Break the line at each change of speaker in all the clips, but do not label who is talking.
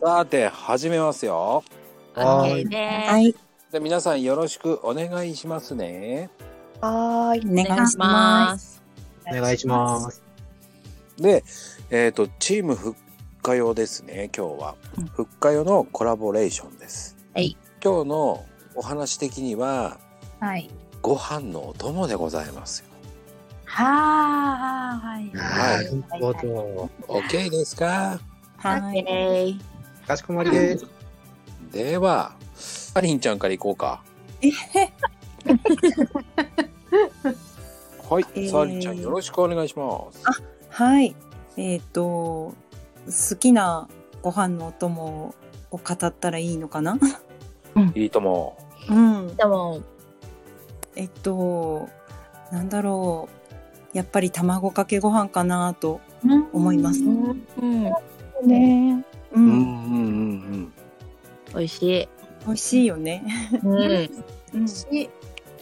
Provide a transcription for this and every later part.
さて始めますよ
は
OK
い
です。
はい。
で皆さんよろしくお願いしますね
はーい。お
お願
願
い
い
し
し
ま。
ます
お願いします。
でえっ、とチームふっかよですね今日は、
うん
ふっかよのコラボレーションです
はい
今日のお話的には
す。はい。
ご飯のお供でございますよ
はーい。
なるほ
はい
ど。
OK ですか
はい。
OK
かしこまりです。
ではかりんちゃんからいこうか
え
はい、
えー
さりんちゃんよろしくお願いします
はい。えっ、と、好きなご飯のお供を語ったらいいのか な
いいとも
うん。
でも、
えっと、なんだろう。やっぱり卵かけご飯かなと思います。
うん、
ね。
う
うん
ん。
うんうんうん
美味しい。
美味しいよね。
うん、
うん。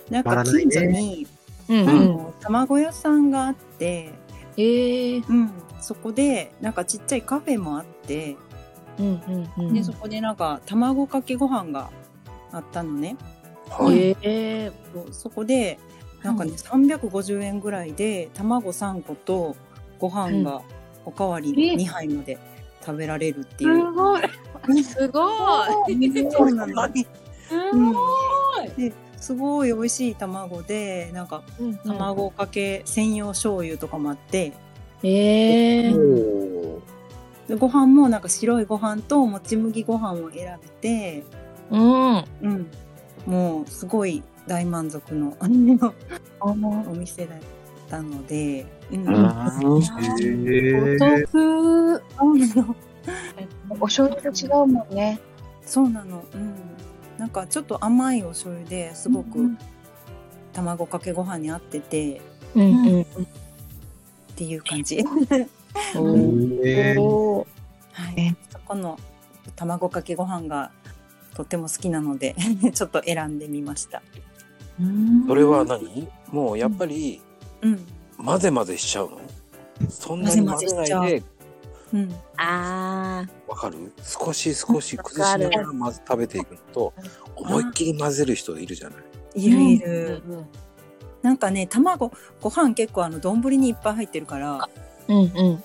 なん
回
か
らない
近
ね
所に、
う
あ
ん、
の、卵屋さんがあって、
ええ、
うん。そこで、なんかちっちゃいカフェもあって、
うん、う
でそこでなんか卵かけご飯があったのね
はい、
ええ、
そうそこでなんかね、350円ぐらいで卵3個とご飯がおかわり
え
2杯まで食べられるっていう、
ごい。
すごい。
そうなんだ、
う
うんん、ですごい美味しい卵でなんか卵かけ専用醤油とかもあって
ええ
お、ー
でご飯もなんか白いご飯ともち麦ご飯を選べて、
うん、
うん、もうすごい大満足のお店だったので、うん
へ
お
ー
豆腐、
そうなの。
お醤油と違うもんね。
そうなの。うん。なんかちょっと甘いお醤油ですごく卵かけご飯に合ってて
うん、うん、
っていう感じ。
へー
お
はい。そこの卵かけご飯がとっても好きなので ちょっと選んでみました。
それは何もうやっぱり
うん。
混ぜ混ぜしちゃうのそんなに混ぜない
混ぜ混ぜ
で
うん。
ああ、
わかる少し少し崩しながらまず食べていくのと思いっきり混ぜる人いるじゃない
いるいる。
うん、
なんかね卵ご飯結構あの丼にいっぱい入ってるから。
うん、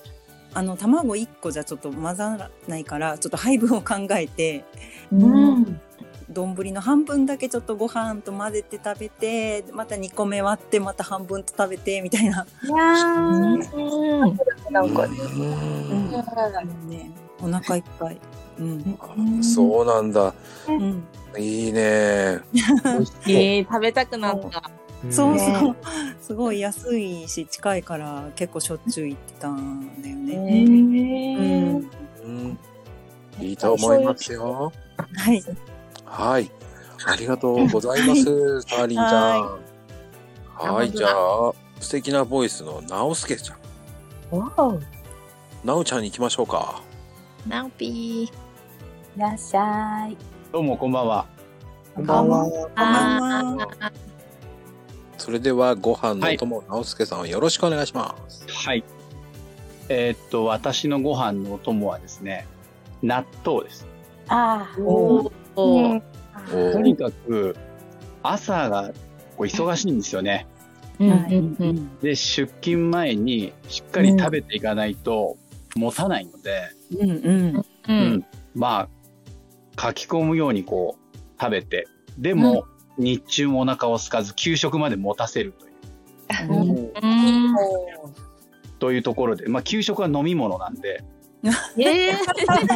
あの卵1個じゃちょっと混ざらないからちょっと配分を考えて
うん。
丼の半分だけちょっとご飯と混ぜて食べてまた2個目割ってまた半分と食べてみたいな、
いや
うん、
ー、なんかね。
う
ね、お腹いっぱい、うん
ん そうなんだ
うん、
いいね
ええ、食べたくなった。
そう
ね
そうすごい安いし近いから結構しょっちゅう行ってたんだよね、
へ
う
ー
ん、
うんいいと思いますよ
はい
はいありがとうございますサーリンちゃんはいじゃあ素敵なボイスの直輔ちゃん
わお、
直ちゃんに行きましょうか
ナオピー。
いらっしゃい。
どうもこんばんは。
こんばんは。
あ、
それではご飯のお供、直輔さんをよろしくお願いします。
はい。えーっと、私のご飯のお供はですね、納豆です。
ああ。
おお、
お
とにかく、朝がこう忙しいんですよね。
うん、
う
うん、
ん
で、出勤前にしっかり食べていかないと持たないので、
うんうん
う、
うんまあ、書き込むようにこう、食べて、でも、日中もお腹を空かず、給食まで持たせるという。
うん、うん。
というところで、まあ、給食は飲み物なんで、
ええ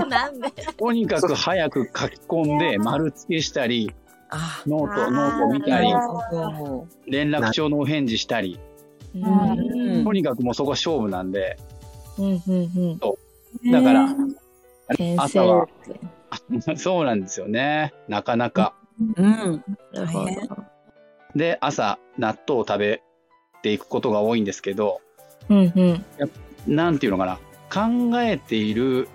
なんで。
とにかく早く書き込んで、丸付けしたり、
あ
ノー
あー
ト、ノート見た
は
り
い、
なるほど
連絡帳のお返事したり、
うん
とにかくもうそこは勝負なんで、
うんうん
だから、
うん。
朝は そうなんですよね。なかなか。
うん
なるほど。
で、朝、納豆を食べていくことが多いんですけど、
うんうん。
なんていうのかな、考えている、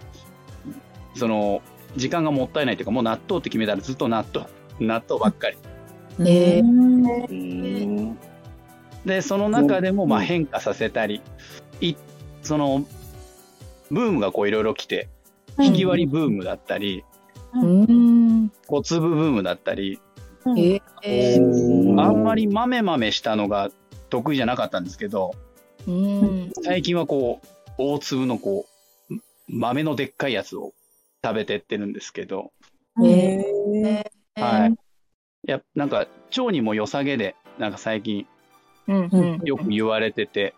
その、時間がもったいないというか、もう納豆って決めたらずっと納豆、納豆ばっかり。
え
で、その中でも、まあ変化させたり、い、その、ブームがこういろいろ来て、引き割りブームだったり、
うん。
小粒ブームだったり、
ええ。
あんまりまめまめしたのが得意じゃなかったんですけど、
うん。
最近はこう、大粒のこう、豆のでっかいやつを食べてってるんですけど、
え
え
え。
はい。いや、なんか、腸にも良さげで、なんか最近
うんうん。
よく言われてて、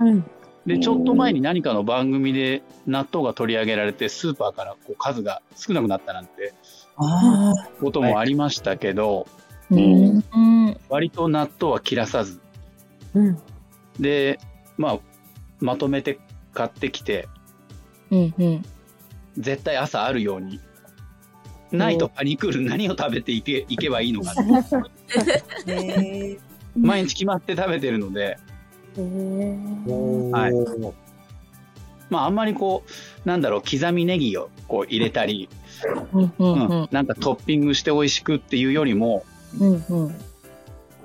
うん
で、ちょっと前に何かの番組で納豆が取り上げられて、スーパーからこう数が少なくなったなんて
あ
こともありましたけど、
うん。うん。
割と納豆は切らさず、
うん
で、まあ、まとめて買ってきて、
うんうん。
絶対朝あるように。ないとパニクる何を食べていけいけばいいのかって
ーえ
毎日決まって食べてるので、はいまあ、あんまりこう、なんだろう、刻みネギをこう入れたり、
うんう
うん
うん
ん、なんかトッピングして美味しくっていうよりも、
うんうん。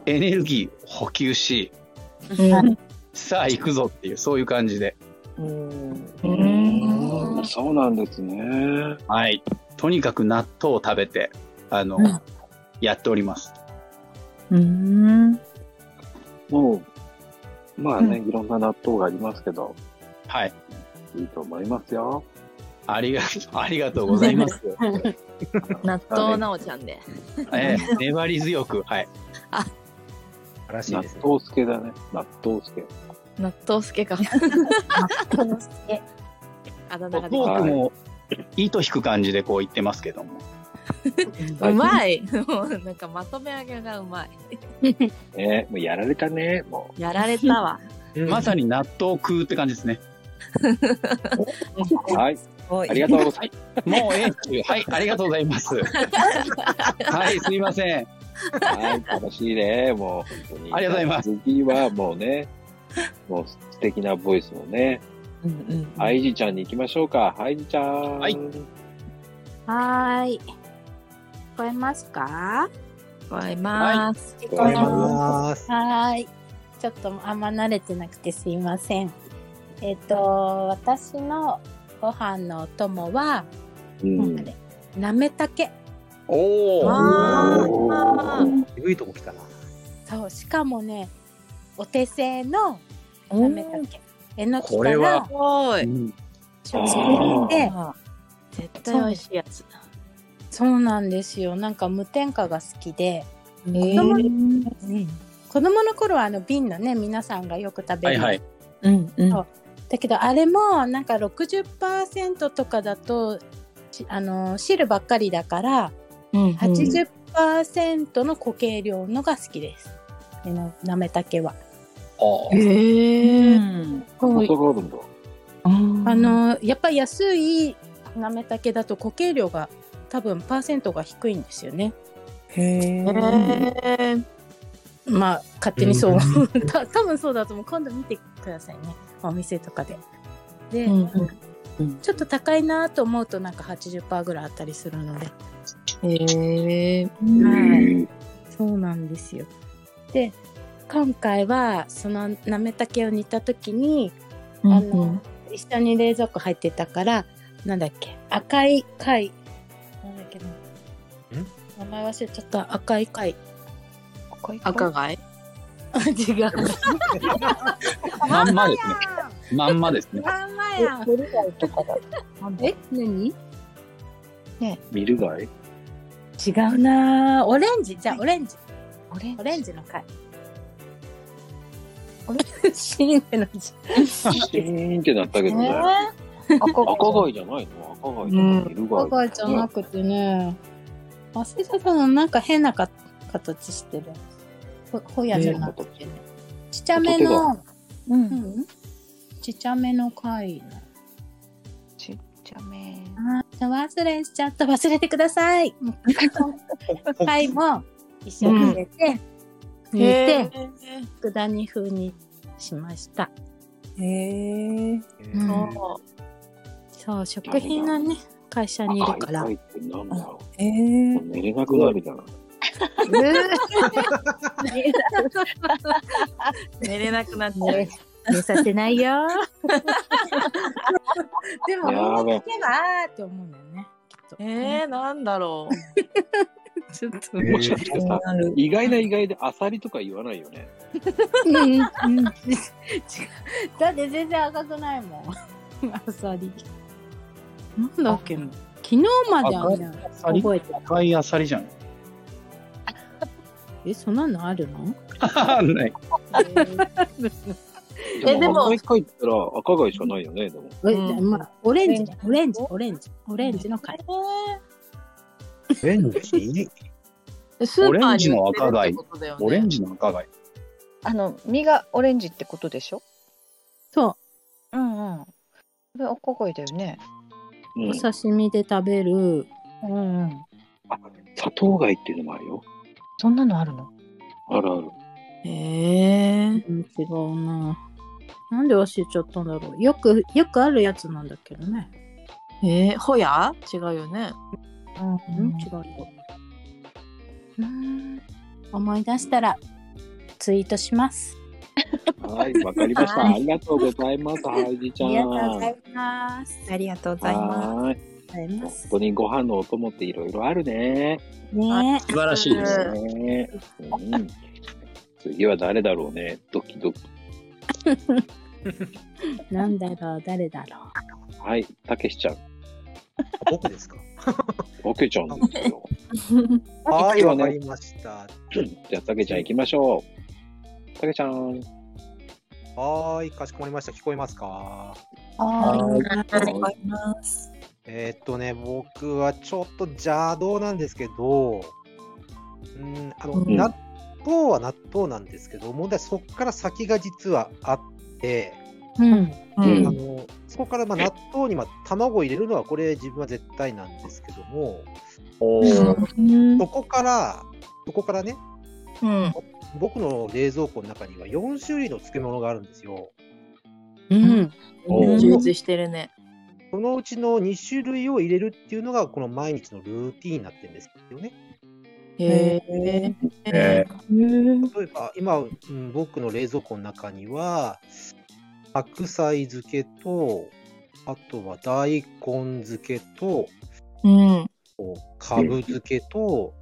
エネルギー補給し、
うん
さあ行くぞっていう、そういう感じで。
うん。
うんそうなんですね。
はい。とにかく納豆を食べて、あの、
うん
やっております。
うん
もう、まあね、いろんな納豆がありますけど、
はい。
いいと思いますよ。
ありがとう、ありがとうございます。
納豆なおちゃんで。
ええ、粘り強く、はい。
らしい
納
ですね。
豆漬けだね。納豆漬け。
納豆すけか。
この助
あだ
フ
名
ォ
ができ
ークも、糸引く感じでこう言ってますけども。
た。うまい。もうなんかまとめ上げがうまい。
ね、もうやられたね、も
やられたわ。
まさに納豆食うって感じ ですね。
う。はい、
すごい
ありがとうござい
もうええっていう。はい、ありがとうございます。 はい、すいません。
ます。はい、楽しいね、もう、本当に。。
ありがとうございます
次はもうね、もう素敵なボイスのね、
うんうん
ハイジちゃんに行きましょうか。ハイジちゃん。
はい
はーい。聞こえますか
わいます。
聞
こえ
ます。
はーい。ちょっとあんま慣れてなくてすいません。えっ、と、私のご飯のお供は、
うん
あれなめたけ。
おお。
あ
おー
えぐいとこ来たな。
そう、しかもね、お手製のなめたけ。えのき
こ
か
れ
ら
は
すごい。
作って、
絶対美味しいやつ。
そうなんですよ。なんか無添加が好きで、
え
子供
え。
子供の頃はあの瓶のね、皆さんがよく食べる、
はいはい。
うんうん
そうだけどあれもなんか60%とかだとしあの汁ばっかりだから
うん。
80%の固形量のが好きです。えのなめたけは。
おー
ええ。
元があるんだ。
あのやっぱり安いなめたけだと固形量が多分パーセントが低いんですよね。
へえ
え
まあ勝手にそうう、
ん
た多分そうだと思う今度見てくださいねお店とかで。で、
うんうん
ちょっと高いなと思うとなんか80%ぐらいあったりするので。
ええ。
はい、そうなんですよ。で今回はそのなめたけを煮た時に、
うん
あ
う
の
ん。
一緒に冷蔵庫入ってたからなんだっけ赤い貝なんだっけな名前忘れちゃった赤い貝赤い
赤貝
違う
まんまですね。まんまですね。
まんまやん
ミルガイとかだ。
え何
ミルガイ
違うなーオレンジじゃあオレンジ
オレン
オレンジの貝オレンジ シーンってなっちゃ
シーンってなったけどね。赤貝じゃないの赤貝じゃない。ミル
う
ガイ。
赤貝じゃなくてね忘れちゃったのなんか変なか形してるほホヤじゃなくてねちっちゃめの
う
うんんちっちゃめの貝の
ジャメ
あー忘れちゃった忘れてください貝も一緒に入れて、煮て佃煮風にしました
へえ
うん
そ
そう食品のね会社にいるから
赤いってなんだろ
へ
う。
え
もう寝れなくなるじゃない。
う。寝れなくなっちゃう。
寝させないよでも、みんな
やべ
聞けば、あーって思うんだよね。
えー、なんだろう。ちょっと。
もしかしてさ、
なる。
意外な意外でアサリとか言わないよね。
うんうん、違う。だって全然赤くないもん。アサリ。なんだっけな昨日まであんじゃん。
サリ
覚えてた。
赤いアサリじゃん。
え、そんなのあるの
ない。
えでも
赤い貝って言ったら赤貝しかないよね、でも。
え
うん
じゃあまあ、オレンジだ、オレンジ、オレンジ、オレンジの貝。
レンジ
スーパーに売
オ
って
レン
る
ジの赤貝
ってことだよね
オレンジの赤貝。
あの実がオレンジってことでしょ
そ
うんうんこれ赤貝だよね
う
う、
ん
お刺身で食べる。
うんうん
あ砂糖貝っていうのもあるよ。
そんなのあるの
あるある。
へー
うん違うな。なんで忘れちゃったんだろう。よく、よくあるやつなんだけどね。
えー、ほや違うよね。
うん、違うよ。うん思い出したら、ツイートします。
はい、わかりました。ありがとうございます、ハイジち
あ
ゃん。
りがとうございます。あ
ありがとうございます。
はー
りが
い
とうございま
本
す。
当にご飯のお供っていろいろあるね。
ね
素晴らしいです。
ねうん、次は誰だろうね。ドキドキ。
え、 なんだろう、誰だろう。
はい、たけしちゃん。
僕ですか
たけちゃんですよ。
はい、わ
今日ね
かりました。
じゃあ、たけちゃん行きましょう。たけちゃん。
はーい、かしこまりました。聞こえますか
はい思います。
えーっとね、僕はちょっと邪道なんですけど、うん、あの、
うん
納豆は納豆なんですけど、問題はそこから先が実はあって、
うん。
う
うん
あのそこからまあ納豆にまあ卵を入れるのはこれ自分は絶対なんですけども、そこから、そこからね、
うん。
僕の冷蔵庫の中には4種類の漬物があるんですよ。
うん。
お
充実してるね。
そのうちの2種類を入れるっていうのが、この毎日のルーティンになってるんですよね。
へえ。え
例えば、今、うん僕の冷蔵庫の中には、白菜漬けと、あとは大根漬けと、
うん。
かぶ漬けと、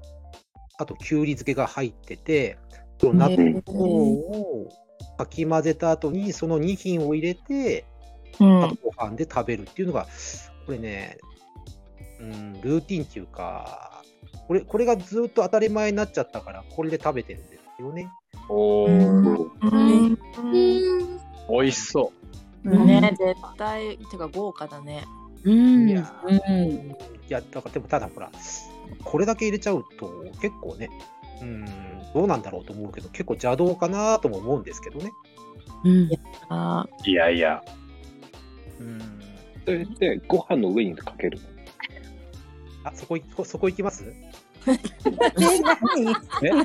あときゅうり漬けが入ってて、その納
へ
豆をかき混ぜた後に、その2品を入れて、
う
あ
ん
と。ご飯で食べるっていうのが、これね、うん、ルーティンっていうか、これこれがずっと当たり前になっちゃったから、これで食べてるんですよね。
おー
うん
美味しそ
ね絶対てか豪華だね。
うん。
いやー、
うん
いやだからでもただほら、これだけ入れちゃうと、結構ね、うん、どうなんだろうと思うけど、結構邪道かなとも思うんですけどね。
うん
あ
う。いやいや。
うん
それってご飯の上にかける
あそこいそこ行きます
え
あそ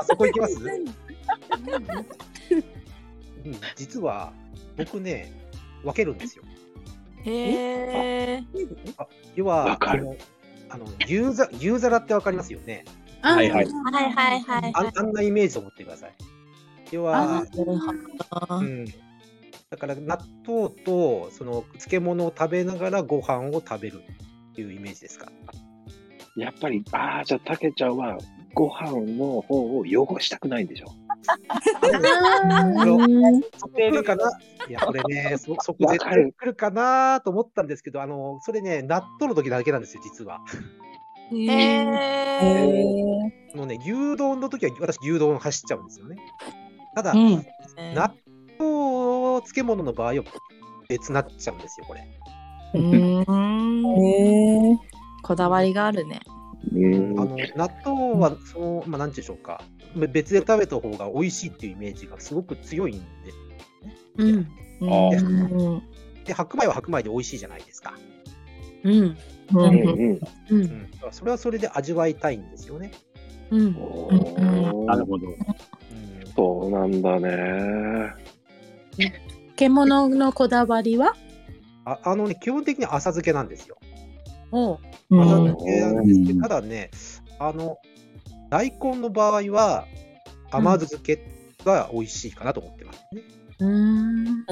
あそこ行 きます、うん、実は僕ね分けるんですよ
ーへえ。
要は
わかる
このあの牛ざ牛皿って分かりますよね
はいはい。
はいはいはい
あんあんなイメージと思ってください要は、うん、だから納豆とその漬物を食べながらご飯を食べるっていうイメージですか
のやっぱり、ああ、じゃあたけちゃんはご飯の方を汚したくないんでしょ。
これをそこ来るかないや、これね、そそこ絶対来るかなと思ったんですけど、あの、それね、納豆の時だけなんですよ、実は。
へえ。
あのね、牛丼の時は私、牛丼走っちゃうんですよね。ただ、
うん
納豆漬物の場合は別になっちゃうんですよ、これ。
うーん。こだわりがあるね。
うん
あの、納豆は、その、まあ、なんていうんでしょうか、別で食べた方が美味しいっていうイメージがすごく強いんで、
うん。
う
あー
ん。
で、白米は白米で美味しいじゃないですか。
うん。
う
うん
ん。
うん
う。
うんん。だからそれはそれで味わいたいんですよね。
うん。
お
う
ー。なるほ
ほど。
うん。
ど。そうなんだね。
獣のこだわりは
ああのね、基本的に浅漬けなんですよ。
おう。
う
浅
ん。
漬けなんですけど、ただね、あの、大根の場合は、甘酢漬けってが美味しいかなと思ってますね。
うん。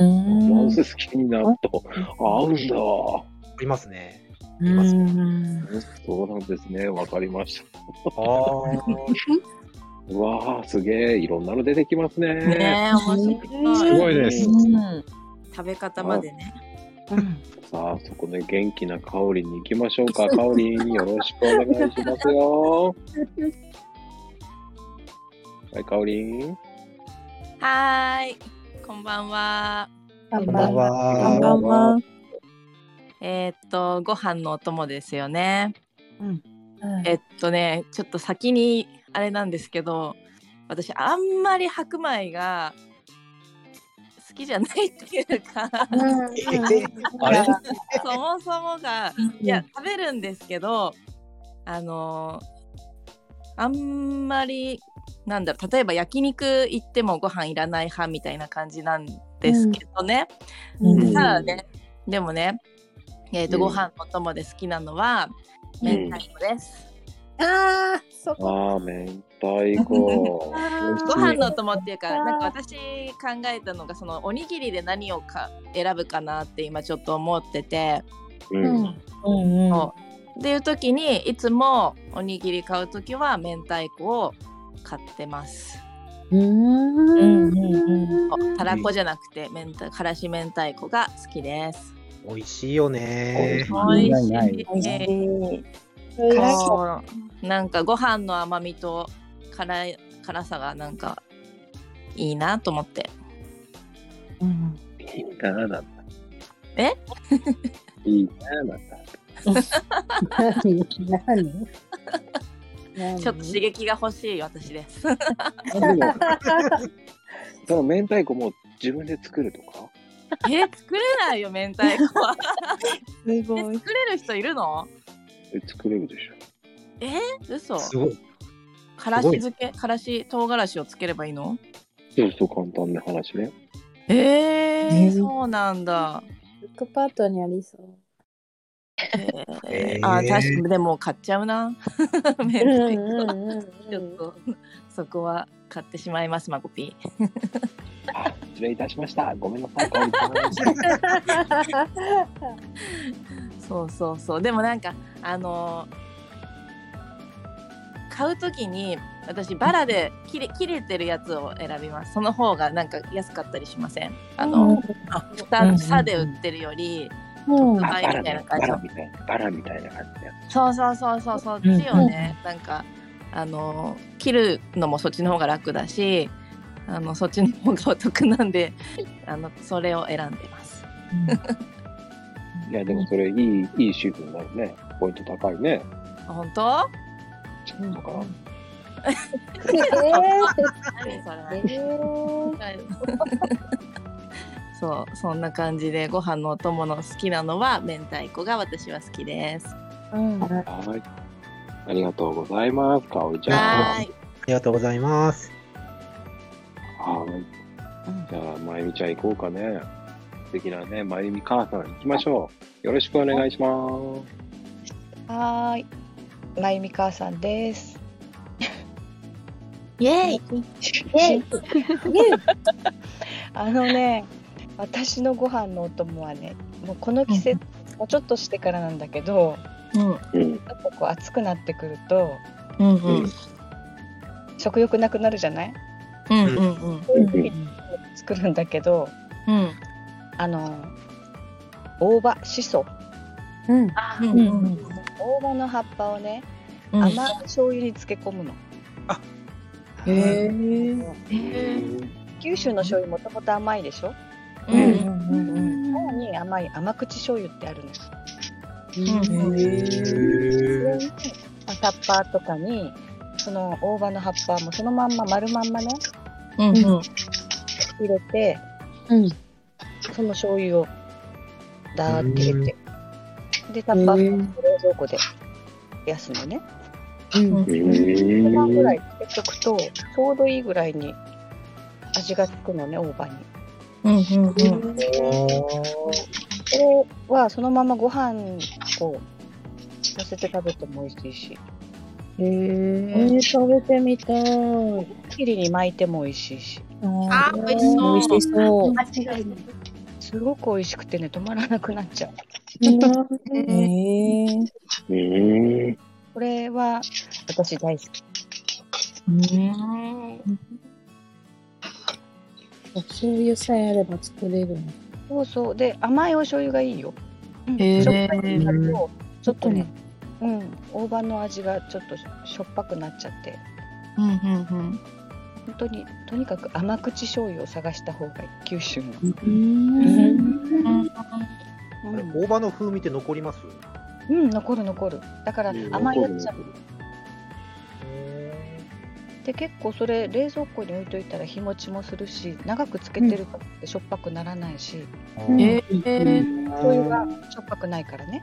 マウス好きになっと、合うんだ。
ありますね。
うん。
そうなんですね。わかりました。
ああ。
うわー、すげえ。いろんなの出てきますね。
ねえ、面白
す
い。
ごいです。
うん。
食べ方までね。
さあ、そこで元気なカオリンに行きましょうか。カオリン、よろしくお願いしますよ。はい、カオリン。
はーい。こんばんは。
こん
こんばんは。
ばんは。
えーっと、ご飯のお供ですよね。
はい
えっとね、ちょっと先にあれなんですけど、私あんまり白米が好きじゃないっていうか、
あれ
そもそもが、いや、食べるんですけど、あのあんまり、なんだろう、例えば焼肉行ってもご飯いらない派みたいな感じなんですけどね。
うん
ただね、でもね、えーと
うん
ご飯のお供で好きなのは、
うん
明太子です。
ああ、そこ。
あー、明太子。
ご飯のお供っていうか、なんか私考えたのが、そのおにぎりで何をか選ぶかなって今ちょっと思ってて、
うん。
うんうん。
っていう時にいつもおにぎり買う時は明太子を買ってます。
うん。
たらこじゃなくて明太からし明太子が好きです。
美味しいよね。
間違いない
美味しい。
辛い
そうなんかご飯の甘みと辛い辛さがなんかいいなと思って。
うん
いいなーなんだ。
え
いいなーなんだ。
何 何何
ちょっと刺激が欲しい私です。
でもその明太子も自分で作るとか
え作れないよ明太子は。
すご
え
い。
作れる人いるの？
え作れるでしょ。
嘘。
すごい。
からし
すごい
漬けからし唐辛子をつければいいの？
そうそう、簡単な話ね。
えー、
ね
そうなんだ。
ブックパートにありそう。
え
え
ー、
ー
あ確かにでも買っちゃうな。 明
うんう
太
んう
子。
ん
ちょっとそこは買ってしまいますマコピー。
あ、失礼いたしました。ごめんなさい。香織さん
そうそうそうでもなんかあのー買うときに私バラで切れ切れてるやつを選びますその方がなんか安かったりしませんあの、
うん
蓋
うん
蓋で売ってるより、
もう
特
あ
売みたいな感じ
バ
の
ラみたいな、バラみたいな感じで。
そうそうそうそうそっちをね、なんかあのー切るのもそっちの方が楽だしあのそっちの方がお得なん であのそれを選んでます
いや、でもそれ、いい、いいシーズンになるね。ポイント高いね。
あ本当
ちょっとかな。
何それ
えー
そう、そんな感じでご飯のお供の好きなのは明太子が私は好きです。
うん。
はい。ありがとうございます、かおりちゃん。
はーい。
ありがとうございます。
はい。じゃあ、まゆみちゃん行こうかね。素敵なね、まゆみ母さん行きましょう。よろしくお願いします。
はーい。まゆみ母さんです。
イエイ
あのね、私のご飯のお供はね、もうこの季節、もうちょっとしてからなんだけど、
うん。
やっぱこう暑くなってくると、
うん
うんうん
食欲なくなるじゃない
うん
うん
うん。
作るんだけど、
うん。
あの、大葉、しそ。
うん
うんうん
大葉の葉っぱをね、
うん
甘い醤油に漬け込むの。
へ
九州の醤油もともと甘いでしょ
う。
うんん
さらに甘い甘口醤油ってあるの。そ
うん。
れにまあタッパーとかに、その大葉の葉っぱもそのまんま丸まんまね、
うんうん。
入れて、
うん
その醤油をダーって入れて、で、タッパーの冷蔵庫で冷やすのね。
うん。
1ぐらいつけとくと、ちょうどいいぐらいに味がつくのね、大葉に。
うんうんうん。
これはそのままご飯を乗せて食べても美味しいし、
へ
え
え。
ー、食べてみたい。きりに巻いても美味しいし。
あー美味しそう
美味しそう。
間違いない。
すごく美味しくてね、止まらなくなっちゃう。
え
え。
これは私大好き。
お醤油さえあれば作れるの。
そうそう。で、甘いお醤油がいいよ。うん
へー
しょっぱいのだとちょっとね、うん、大葉の味がちょっとしょっぱくなっちゃって、
うんうんうん。
本当にとにかく甘口醤油を探した方がいい、九州の。
あれ大葉の風味って残ります
うん、残る残る。だから
うん
甘いやつじゃ
残る
で結構それ冷蔵庫に置いといたら日持ちもするし長くつけてるからってしょっぱくならないし、
うんえー
醤油がしょっぱくないからね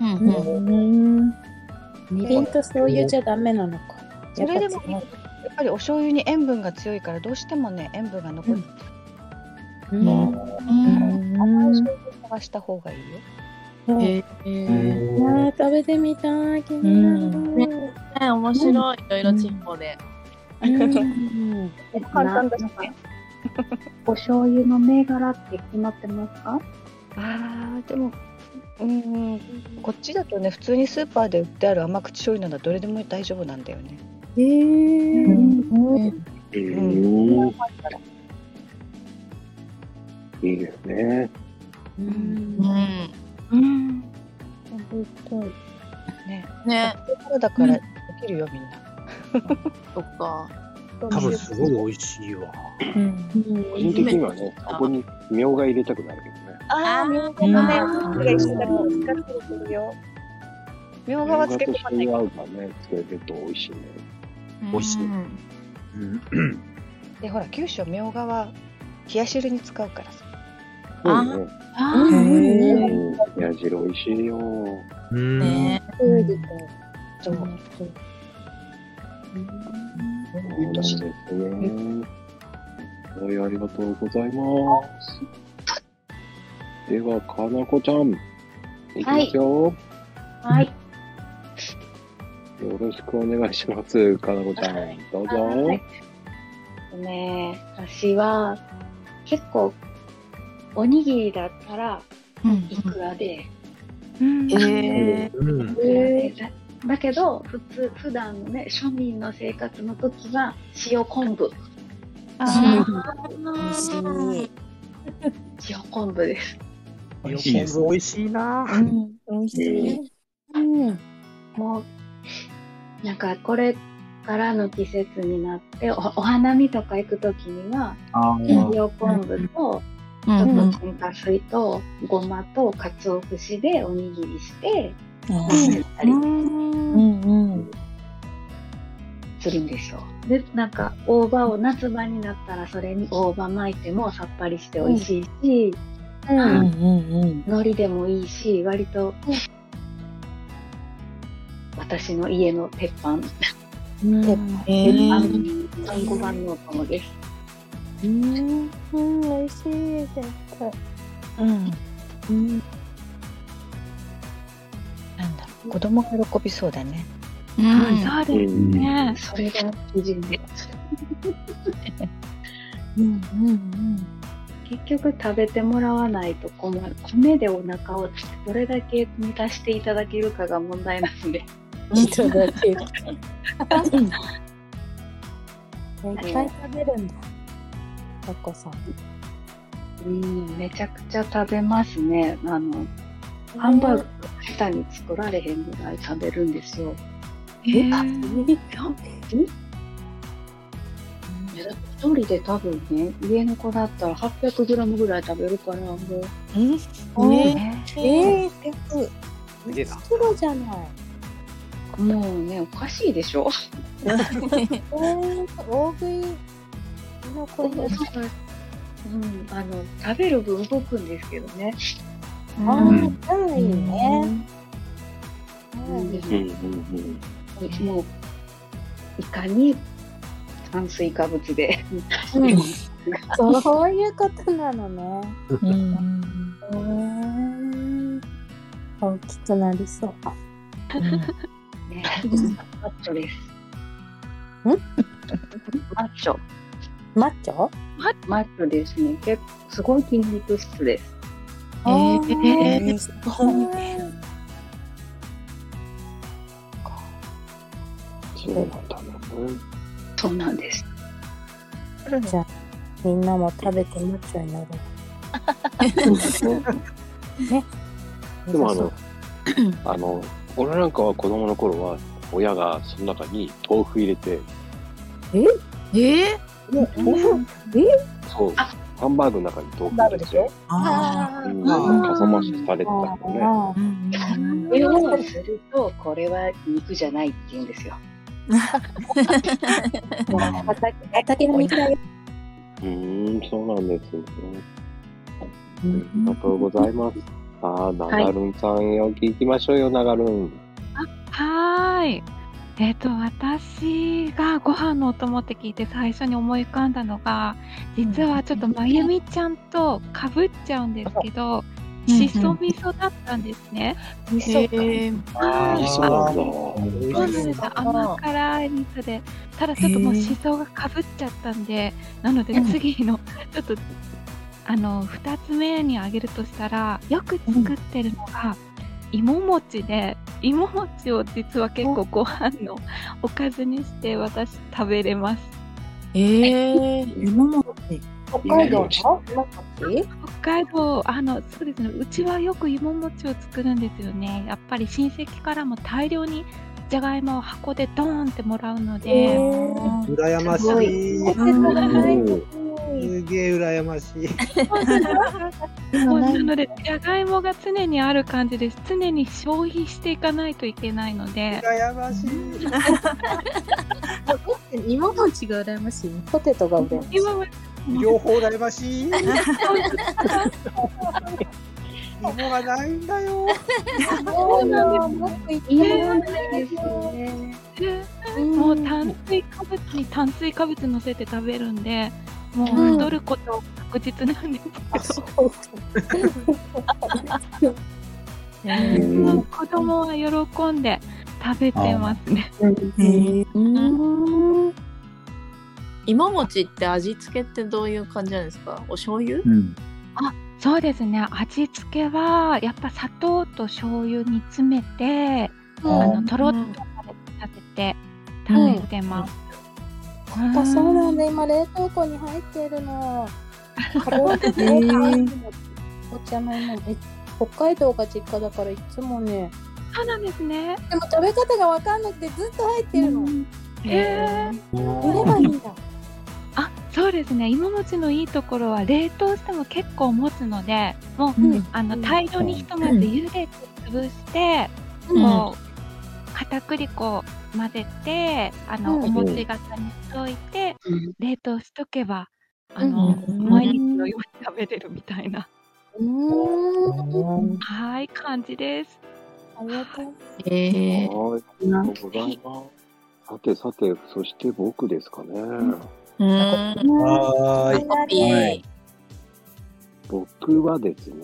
うん。みりんと醤油じゃダメなのか。
それでも
や
や
っ
っぱりお醤油に塩分が強いからどうしてもね塩分が残る、うんうん、甘い醤油を探した方がいいよ
ぱそう
へ
うんわあ食べてみたい。気になる。
ね、面白い、いろいろ地方で。
うん
簡単だ
なんかお醤油の銘柄って決まってますか？
あーでもうんこっちだとね普通にスーパーで売ってある甘口醤油ならどれでも大丈夫なんだよね
ええ。
うんいいですね。
うん。
うん。
ね。
ね。だからできるよみんな。
そっか。
多分すごい美味しいわ。
個人的にはね、そこにみょうが入れたくなるけどね。
ああ、みょうが
の
ね
ね、
が一緒だと使ってくるよ。みょうがは漬け込まない
み
か
ょ
ら
うがと醤油合うからね、つけると美味しいね。
美味しい
うん。
で、ほら、九州はみょうがは冷や汁に使うからさ。
そうね。
あ
う
へえ
ん冷や汁美味しいよ。
ねそう。
そうなんですね。はい、ありがとうございます。では、かなこちゃん、いきますよ。
はい。
よろしくお願いします、かなこちゃん。どうぞ。
はいね私は結構おにぎりだったらいくらで、
え
いくらでだだけど普通普段のね庶民の生活の時は塩昆布
あ
ー 塩昆布です
美味しいです。美味しいな。
美味しい、うん、もうなんかこれからの季節になっておお花見とか行く時には
あ
塩昆布と、
うん
ちょっ
うん
と天か水とごまと鰹節でおにぎりして
うんうん。
するんですよ。でなんか大葉を夏場になったらそれに大葉巻いてもさっぱりして美味しいし、
うんうん
海苔でもいいし割と、私の家の鉄板
鉄
鉄板単語版のお供です。
うん、うん、美味しいです。
うん。なんだろう、子供が喜びそうだね。
はいそうですね。それが基準です。うんうんうん。結局食べてもらわないと困る。米でお腹をどれだけ満たしていただけるかが問題なんで。
いただける。
い
いっぱい食べるんだ。タコさん。
うん、めちゃくちゃ食べますね。あの、ハンバーグ下手に作られへんぐらい食べるんですよ。えあいやだって一人で多分ね、家の子だったら 800g ぐらい食べるから、もう。
ええ
え
えー、
すげえな。
プロじゃない。
もうね、おかしいでしょ。
えー、大食いの子に。
うん、あの食べる分動くんですけどね。
ああ、うん、いいね。
うんもういかに炭水化物で。
そういうことなのね。うん。大きくなりそう。
ね。マッチョです。マッチョ。
マッチョ
マッチョですね。結構、すごい筋肉質です。
えー
ー
すごい
そうなんだね。
そうなんです。
じゃあみんなも食べてマッチョになる。ね。
でもあの、あの、俺なんかは子供の頃は、親がその中に豆腐入れて、
ええ
豆腐
え
そう、ハンバーグの中に豆腐
な
入
る
れ
で
て、
しょ
あうん、かさ増しされてたんだよね。
これをすると、これは肉じゃないって言うんですよ。
畑畑の肉だよ。
うーん、そうなんですね。ありがとうございます。さあ、長るんさんよ、聞きましょうよ、長るん。
はーい。えっ、と私がご飯のお供って聞いて最初に思い浮かんだのが実はちょっとまゆみちゃんとかぶっちゃうんですけど、しそ味噌だったんですね。
味噌か
へー
ああ、そうなん
そう
だ。
なんです甘辛い味噌でただちょっともうしそがかぶっちゃったんでなので次のちょっとあの2つ目にあげるとしたらよく作ってるのが芋餅で芋餅を実は結構ご飯のおかずにして私食べれます
ええ
芋餅
北海道の
北海道あのそうですねうちはよく芋餅を作るんですよねやっぱり親戚からも大量にじゃがいもを箱でドーンってもらうので、
羨まし
すご
い。
いうん
すげえ羨ましい。
そうなのでじゃがいもが常にある感じです常に消費していかないといけないので
羨ましい
芋餅が羨ましい。 ポテトが羨ましい。
両方羨ましい。芋がないんだよ。
そうなん
です
もう炭水化物に炭水化物乗せて食べるんでもう太ること確実なんですけど、もう子供は喜んで食べてますね。
うん芋餅って味付けってどういう感じなんですかお醤油、
あそうですね味付けはやっぱ砂糖と醤油に詰めて、
うん
あのとろっとさせて食べてます。
なんかそうなんだ、今冷凍庫に入ってるの。お茶の芋え北海道が実家だからいつもね。
そうなんですね。
でも食べ方がわかんなくてずっと入ってるの。
え
ー、ればいいんだ。
あそうですね芋餅のいいところは冷凍しても結構持つのでもう、あの大量にひとまず茹でて潰して、
うん
こう片栗粉を混ぜてあの、
うん
お餅型にしといて、
うん
冷凍しとけばあの、
うん
毎日のように食べれるみたいな、
うん
はい感じです。
ありがとう。
え
はい、ありがとうございます。さてさて、そして僕ですかね。
は
ーい
ハッピー
はい僕はですね、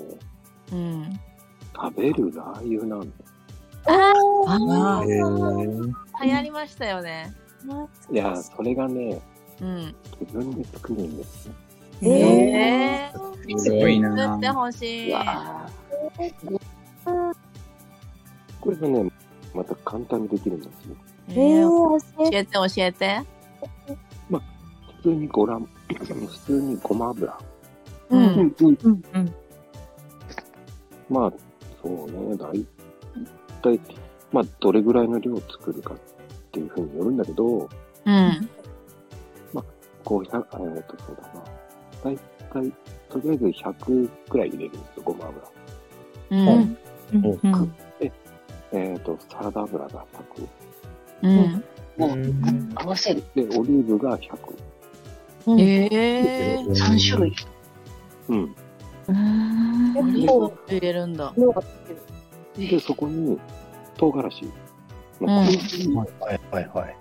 うん、
食べるラー油なんで
あ
す。
あ流行りましたよね。
いや、それがね、
うん、
自分で作るんですよ。
ええ
すごいな
作ってほしい。
これがね、また簡単にできるんですよ。
ええ教えて教えて。
普通にごらん、 普通にごま油。
うん
うん
うん
まあ、そうね、だいたい、まあ、どれぐらいの量を作るかっていうふうによるんだけど、
うん
こう、ひゃえー、と、そうだな。だいたい、とりあえず100くらい入れるんですよ、ごま油。
うんうん
えっ、と、サラダ油が100。
うん
合わせる。で、オリーブが100。
ええ
3種類。うん。
結構入れるんだ。
で、そこに、唐辛子。
うん
はいはいはい。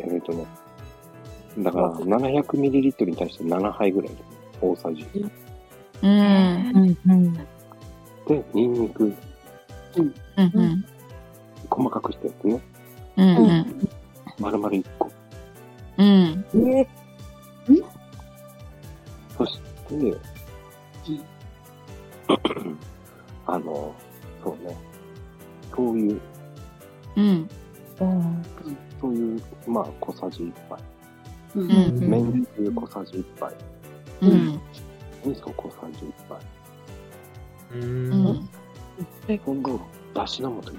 えっ、とね、だから 700ml に対して7杯ぐらい入れる大さじ。
うんうん
で、ニンニク、
うんうん
細かくしたやつね。
うんうん。
まるまる1個。
うん。
そして、あの、そうね、そういう、
うん。
そういう、まあ、小さじ1杯。
うん
めんつゆ小さじ1杯。
うん。
味噌小さじ1杯。
うん。
で、今度、だしの素入れる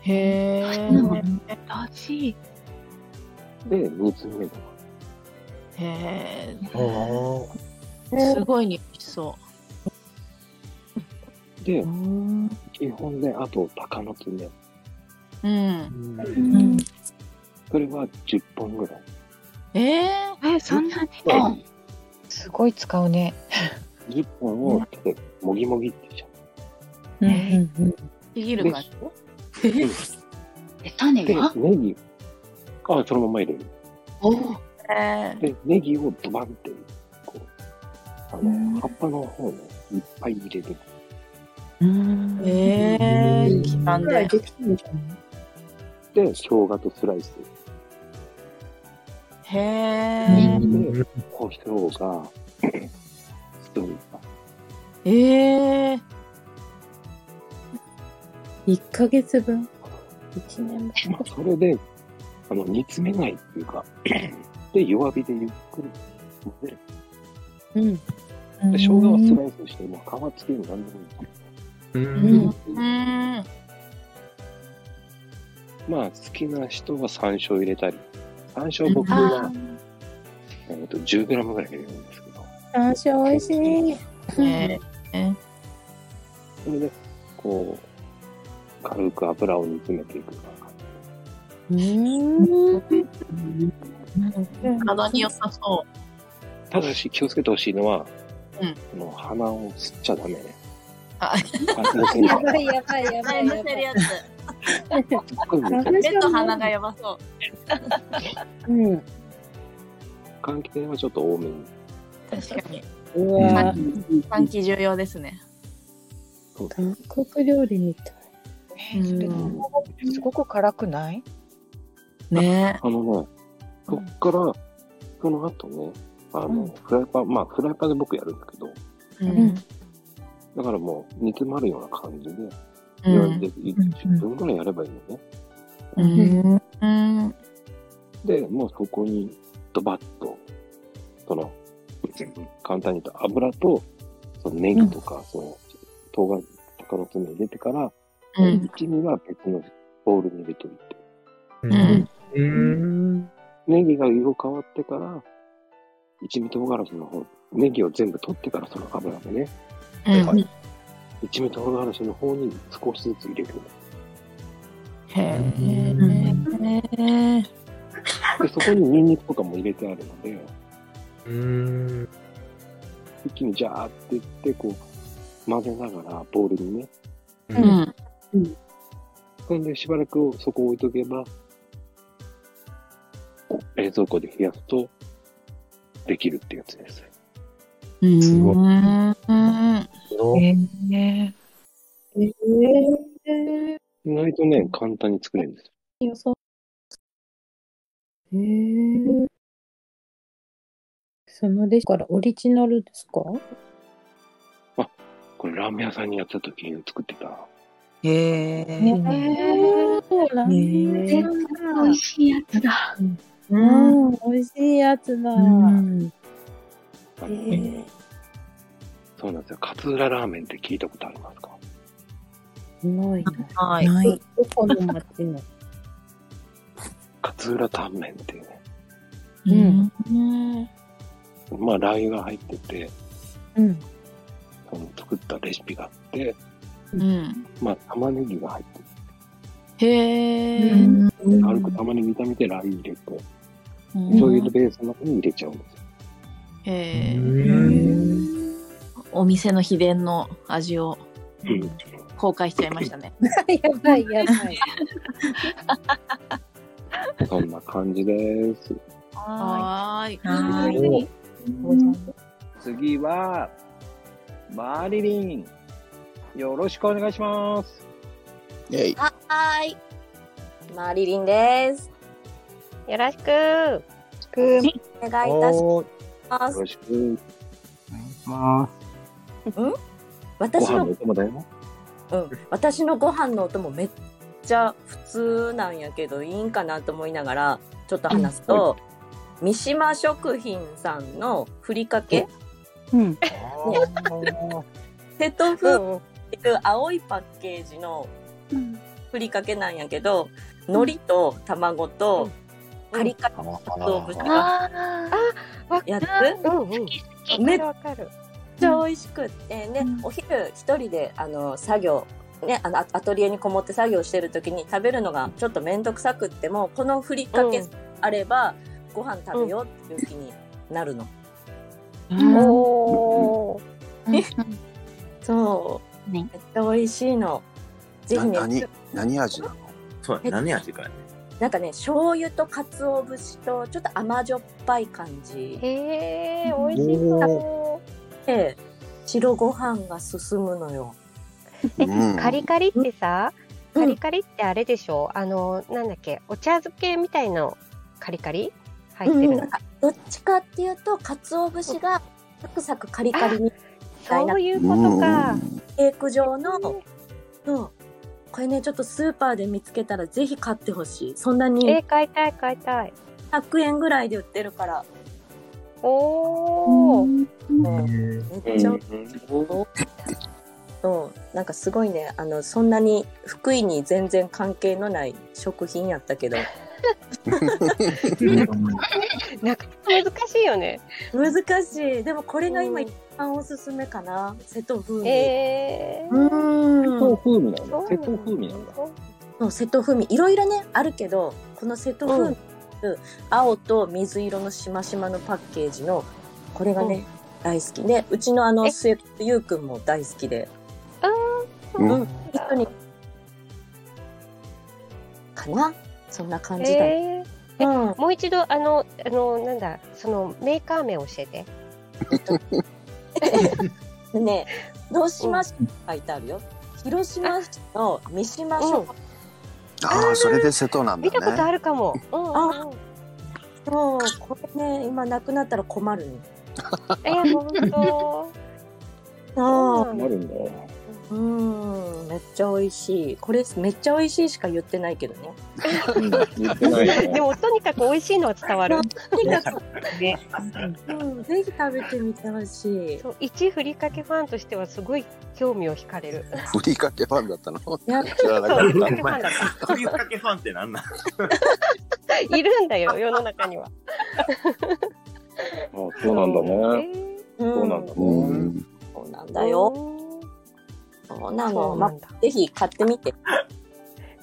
へえ。
だし。
で、煮詰める。
へ
ー
え。すごいにしそ
で、基本で、あと、鷹の爪。
う。うん。
うん。それは10本ぐらい。
ええ
え、そんなに
すごい使うね。
10本を手でもぎもぎってしちゃう。
ちぎる感じ
え、
種
はネギ。あ、そのまま入れる。
お
え
で、ネギをドバンって、こう、あの、葉っぱの方ね、いっぱい入れてく。
ええー、刻んで。
で、生姜とスライス。
へえ。
で、胡椒が、ストー
ええー。
一ヶ月分。一年
まあ、それで、あの、煮詰めないっていうか、で、弱火でゆっくり混ぜる。
分。
で、生姜はスライスして、もう皮付けるの何でもいい。
うん。うん。
まあ、好きな人は山椒入れたり、山椒僕は、えっと、10グラムぐらい入れるんですけど、
山椒美味しい。
ええ。
それで、こう、軽く油を煮詰めていく感
うん。体に良さそ
じ。ただし、気をつけてほしいのは、
う。うん。
あの、鼻を吸っちゃダメね。
あ、
やばいやばいやばい。
乗せるやつ。
目
目
と
と
鼻
鼻
が
がやばそう。
うん。
関係はちょっと多めに。
確かに。
うわ
換気重要ですね。
韓国料理みたい。
すごく辛くない
ね
あのね、そっから、その後ね、あの、フライパン、まあ、フライパンで僕やるんだけど、
うん。
だからもう、煮詰まるような感じで、
うん
弱火で10分ぐらいやればいいのね。
うん。うん。
で、もうそこにドバッと、その、簡単に言うと油と、そのネギとか、その、唐辛子、鷹の爪入れてから、
うん。
一味は別のボウルに入れといて。
うん。
ネギが色変わってから、一味唐辛子の方、ネギを全部取ってからその油でね、
うん。
一味唐辛子の方に少しずつ入れる。
へえ。
で、そこにニンニクとかも入れてあるので、
うん。
一気にジャーっていって、こう、混ぜながら、ボウルにね。
うん。
そんで、しばらくそこ置いとけば、こう冷蔵庫で冷やすと、できるってやつです。
す
ごい。
ね
ええ
意外とね、簡単に作れるんです
ー。
よ。
よそう。ええ。そのレシピからオリジナルですか？
これ、ラーメン屋さんにやった時に作ってた。
へえ。
美
味しいやつだ。
うん、美味しいやつだ。
あの
え
そうなんですよ。勝浦ラーメンって聞いたことありますか
え、ないな。
はい。
ない。どこの町の？
勝浦タンメンっていうね。
うん。
まあ、ラー油が入ってて、
うん。
その作ったレシピがあって、
うん。
まあ、玉ねぎが入ってて、
へえ。
軽く玉ねぎ炒めてラー油入れて、醤油のベースの中に入れちゃうんですよ。
へえ。お店の秘伝の味を
うん
公開しちゃいましたね。
やばいやばい。
そんな感じです。
はーい。
お次は、マリリン。よろしくお願いします。
イェイ。
はーい。
マリリンです。よろしく。よろしくお願いいたします。
よろしく。
うん？
ご
私
飯
の
のお供だよ。
うん、私のご飯のお供めっちゃ普通なんやけどいいんかなと思いながらちょっと話すと、三島食品さんのふりかけ、
うん。
瀬戸風っていう青いパッケージのふりかけなんやけど、海苔と卵とカリカリの鰹節が
わ
やつ、
うんめ
めっ
っ
ちゃ美味しくってね、お昼一人であの作業ね、あのアアトリエにこもって作業してる時に食べるのがちょっと面倒くさくってもこのふりかけあればご飯食べようっていう気になるの。おーそう、めっちゃ美味しいの。ぜひね
な何何味なのそうや何味かね
なんかね醤油と鰹節とちょっと甘じょっぱい感じへえ
美味し
そうで白ご飯が進むのよ
うん
カリカリってさ、カリカリってあれでしょ、あの、なんだっけ、お茶漬けみたいのカリカリ入って
う
る
ん
の、
なんかどっちかっていうと鰹節がサクサクカリカリにそういう
ことか
ケーク状のそうこれねちょっとスーパーで見つけたらぜひ買ってほしいそんなに
えー買いたい買いたい
100円ぐらいで売ってるから
おお、
めっちゃそうなんかすごいねあのそんなに福井に全然関係のない食品やったけど
なかなか難しいよね
難しいでもこれが今一番おすすめかな瀬戸風味
え
ー、うん
瀬戸風味なんだ。瀬戸風味なんだ。
そう瀬戸風味いろいろねあるけどこの瀬戸風味、青と水色のしましまのパッケージのこれがね、大好きでうちのあの末っ子ゆうくんも大好きでうん一緒にかなそんな感じだよ、
えーえもう一度あのあのなんだそのメーカー名教えて
でね広島市って書いてあるよ広島市の三島食
ああそれで瀬戸なんだね
るかも。あ、もうこれね今なくなったら困 るね。えー、本当。 ああ、
なるんだ。
うん、めっちゃ美味しい。これめっちゃ美味しいしか言ってないけどね。
言ってな いよね
でもとにかく美味しいのは伝わる
とにかくね、うん、ぜひ食べてみてほしい。
そう一ふりかけファンとしてはすごい興味を惹かれる
ふりかけファンだったの
や
知らなか
そうふりか
っ
けファンだった
ふりかけファンってなんなん
いるんだよ世の中には
あ、そうなんだね。そうなんだね。
そうなんだよ。そうな
そ
の。
う
ま
な
あ、ぜひ買ってみ て。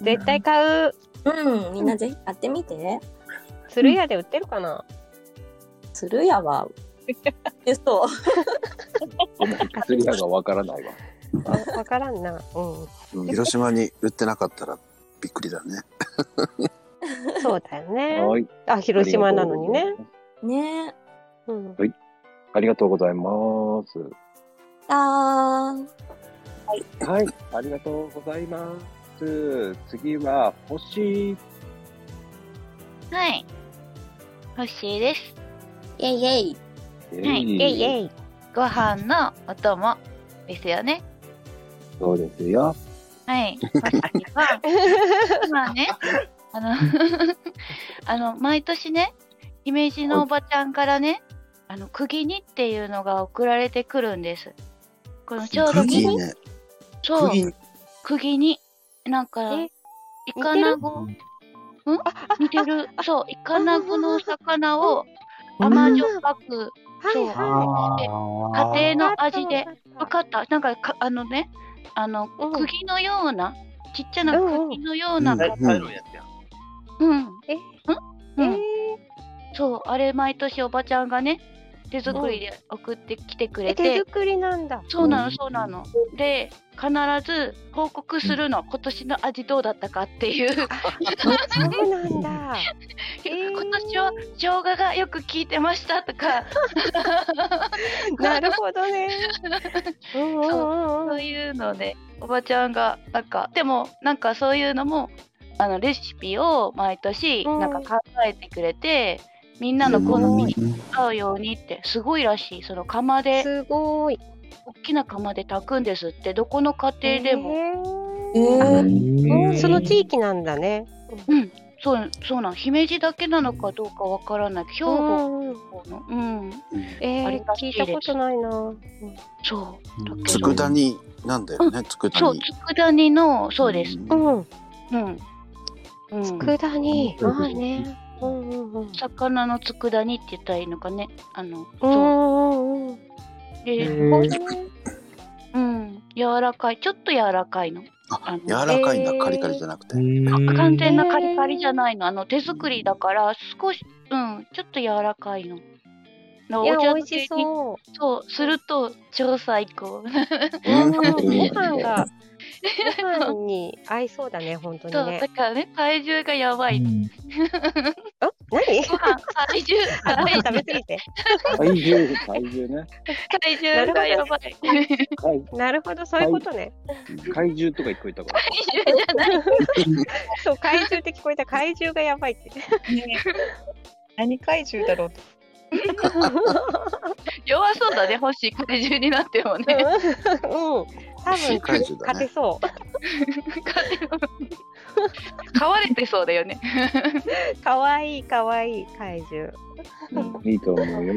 絶対買う。
うん、みんなぜひ買ってみて。
鶴屋で売ってるかな
鶴 屋は。え、そう。
釣り屋がわからないわ。
わからんなう
広島に売ってなかったらびっくりだね
んそうだよね
はい
あ広島なのにね
ね
うん
はい。ありがとうございます。
あ
はい。はい。ありがとうございます。次は、星。
はい。欲しいです。
イェイイ
ェ
はい。
イェイイェ
イ。ご飯のお供ですよね。
そうですよ。
はい。は今ね、あの あの毎年ね、姫路のおばちゃんからね、あの釘にっていうのが送られてくるんです。このちょうど
いいね
そう
釘
釘になんかイカナゴん似てるそうイカナゴの魚を甘じょっぱくそう家庭の味で分かったなんかかあのねあの釘のようなちっちゃな釘のような
うんうんうん
うんえうんそうあれ毎年おばちゃんがね手作りで送ってきてくれて
手作りなんだ
そうなの、そうなの。で、必ず報告するの、今年の味どうだったかっていう。そうなんだ。今年は生姜がよく効いてましたとか。
なるほ どね。
そうそういうので、おばちゃんが、なんか、でも、なんかそういうのも、あのレシピを毎年なんか考えてくれて、みんなの好みに合うようにってすごいらしいその釜です
ごい
大きな釜で炊くんですってどこの家庭でも、
その地域なんだね。
うんそうそうなん姫路だけなのかどうかわからない兵庫のうん、
えー
ありがち
聞いたことないな。うん
そう
佃煮なんだよね、佃
そう
煮。
佃煮のそうです
う
う
ん
ん、うん、
佃煮
うん
ないね。うんうんうん。
魚の佃煮って言ったらいいのかねあの
そう
で
うん
こううん柔らかいちょっと柔らかいのあの
柔らかいんだ、
えー
カリカリじゃなくて。
完全なカリカリじゃないのあの手作りだから少しうんちょっと柔らかいのの
いや
お茶
美味
漬け
し
に
そう
そうすると超最高
ご飯がご飯に合いそうだね本当
そう
にね
だ。からね体重がやばい、
何？
体重
あご飯食べ過ぎて。
体重、体重ね。
体重がやばい体重
体
なるほどそういうことね。
怪獣とか聞こえたから。
じゃない
そう怪獣って聞こえた怪獣がやばいって。何怪獣だろうと。
弱そうだね、星怪獣になってもね。
うん、多分
怪獣だね
勝てそう。
飼われてそうだよね。
可愛い可愛い怪獣。
いいと思うよ。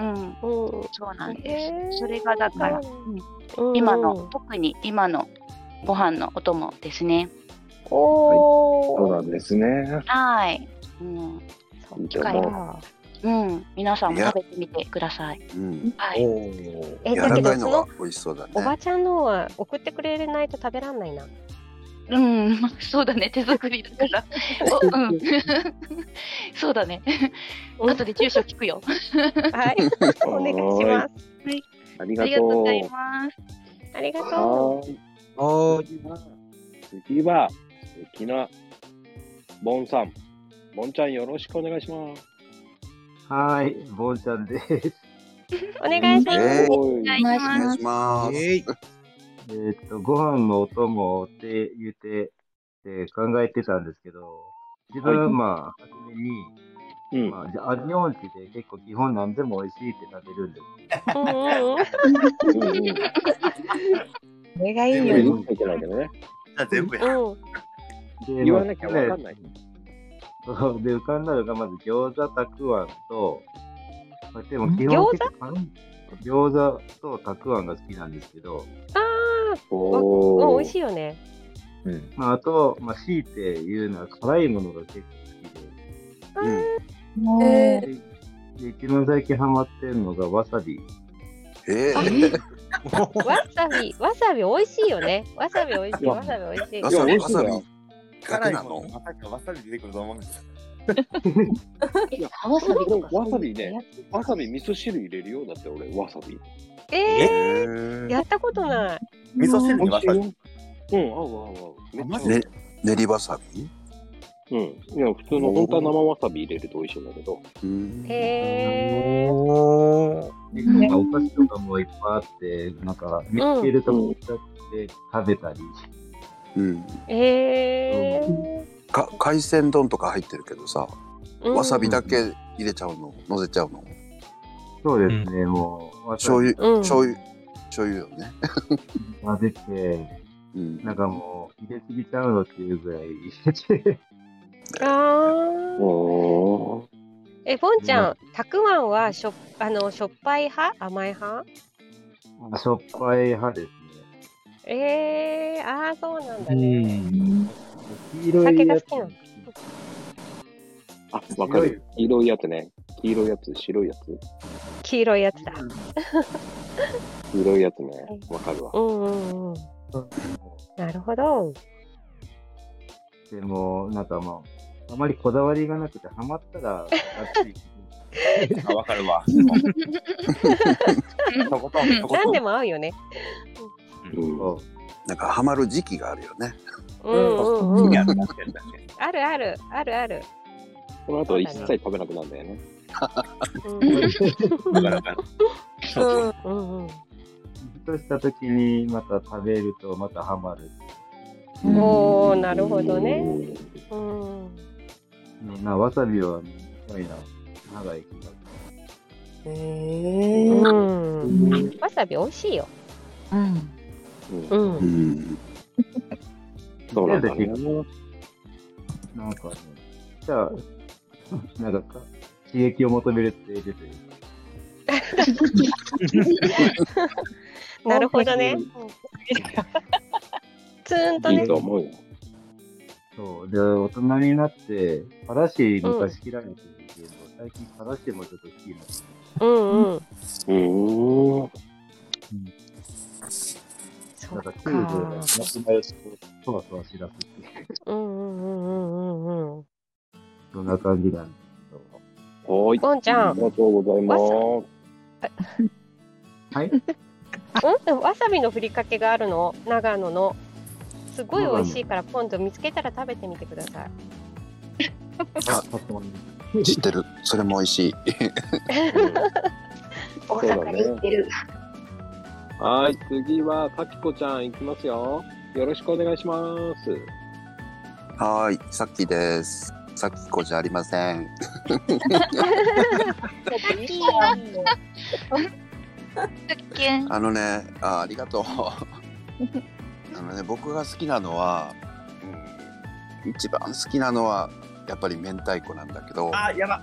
うん、そうなんです。
へー
それがだから、
うん
今の、特に今のご飯のお供ですね。
お
そうなんですね。
はい。うん、
いい
機
と
会
思
が。うん、皆さんも
いや
食べてみてくださ い。
う。うん。
はい
え
柔
だけ
らかい
どそ
の
の
は美味しそうだね。
おばちゃんのは送ってくれないと食べらんないな。
うん、まあそうだね、手作りだから。おうん、 そうだね。後で住所聞くよ。
はい、お願いします。
はい、
あ
あ
りが
りがとう
と
ご
う。
ざいます。
ありが
はーい。はーい。次は、素敵な、ボンさん。ボンちゃんよろしくお願いします。
はーい、ボンちゃんです。
お願いします。
お。
ます
えーっと、ご飯のお供って言って、えー考えてたんですけど、自分
は
はいまあ、初めに、まあ、じゃあ日本って結構基本何でも美味しいって食べるんです
それがいい
全部
よ。
言っちゃいけないけどね。
全部
うん。
で
言わなきゃわかんない。
まあそうで、浮かんだのがまず餃子、たくあんと、まあでも
ん
基本結構餃子とたくあんが好きなんですけど、
ああ、お、うん美味しいよね。
まあ、あと、まあ、強いて言うのは辛いものが結構好きで、
え
で一番最近ハマってるのがわさび。え
わさび、わさび美味しいよね。わさび美味しい、
いや
わさび美味しい。
わさびいや美味しいよわさ
辛いものまさかわさび出てくると思うんです
わさびわさびね。わさび味噌汁入れるよ。だって俺、わさび。
えー、やったことない。
味噌汁
にわさび
うん、合う合う合う。めっちゃ合う
ね、練りわさび
うん。いや、普通の、本当は生わさび入れると美味しいんだけど。
へえ。
でなんかお菓子とかもいっぱいあって、なんか見つけるとこ使って食べたり。
うん。
えー。
か海鮮丼とか入ってるけどさ、
うん
わさびだけ入れちゃうの、のせちゃうの。
そうですね、もう。
醤油、
うん
醤油、醤油よね。
混ぜて、なんかもう入れすぎちゃうのっていうぐらい入れて。
ああ。
おー
え、ぼんちゃん、たくあんはしょ、あの、しょっぱい派、甘い派。
しょっぱい派ですね。
ええー、ああ、そうなんだ
う
ね。
ん。黄色
酒
い
が
や
好
つ。
きなの。
あ、わかる。黄色いやつね。黄色いやつ、白いやつ。
黄色いやつだ。
黄色いやつね。わかるわ。
うんうんうん。なるほど。
でも、なんかまあ、あまりこだわりがなくて、ハマったら、がっつり
あ、わか るわ。
とことんとことん
何でも合うよね。
なんかハマる時期があるよね。
うんうんうん。
あ
あるある、あるある。
この後一切食べなくなるんだよね。
だからか
うんうん。
ふとした時にまた食べるとまたハマる。
おおなるほどね。うん。
ねなわさびは、ね、多いな。歯がいきます。
へえ。うん。わさび美味しいよ。
うん。
うん。
そうなんだ、ね。なんかね、じゃあ、なんか、刺激を求めるって出てる。
なるほど ね。ツーンと
い
ね
い。と思うよ。そう。で、大人になって、パラシ昔嫌いだったけど、最近パラシもちょっと好きになってき
うんうん。
た。おー。なんか、チューブがなくなると、そわそわしだすってい
う
う、
んうんうんうんうん。
そんな感じなんですけど。
は
ボンちゃん
ありがとうございます。
はい。
うんでもわさびのふりかけがあるの長野のすごい美味しいから今度見つけたら食べてみてください
あ、知ってる。それも美味しい。
大阪に行ってる。
はい、次は、かきこちゃんいきますよ。よろしくお願いします。
はーい、さっきです。さっきこじゃありませ ん。あのね、あ、ありがとう。あのね、僕が好きなのは、うん、一番好きなのはやっぱり明太子なんだけど、
あ、やば。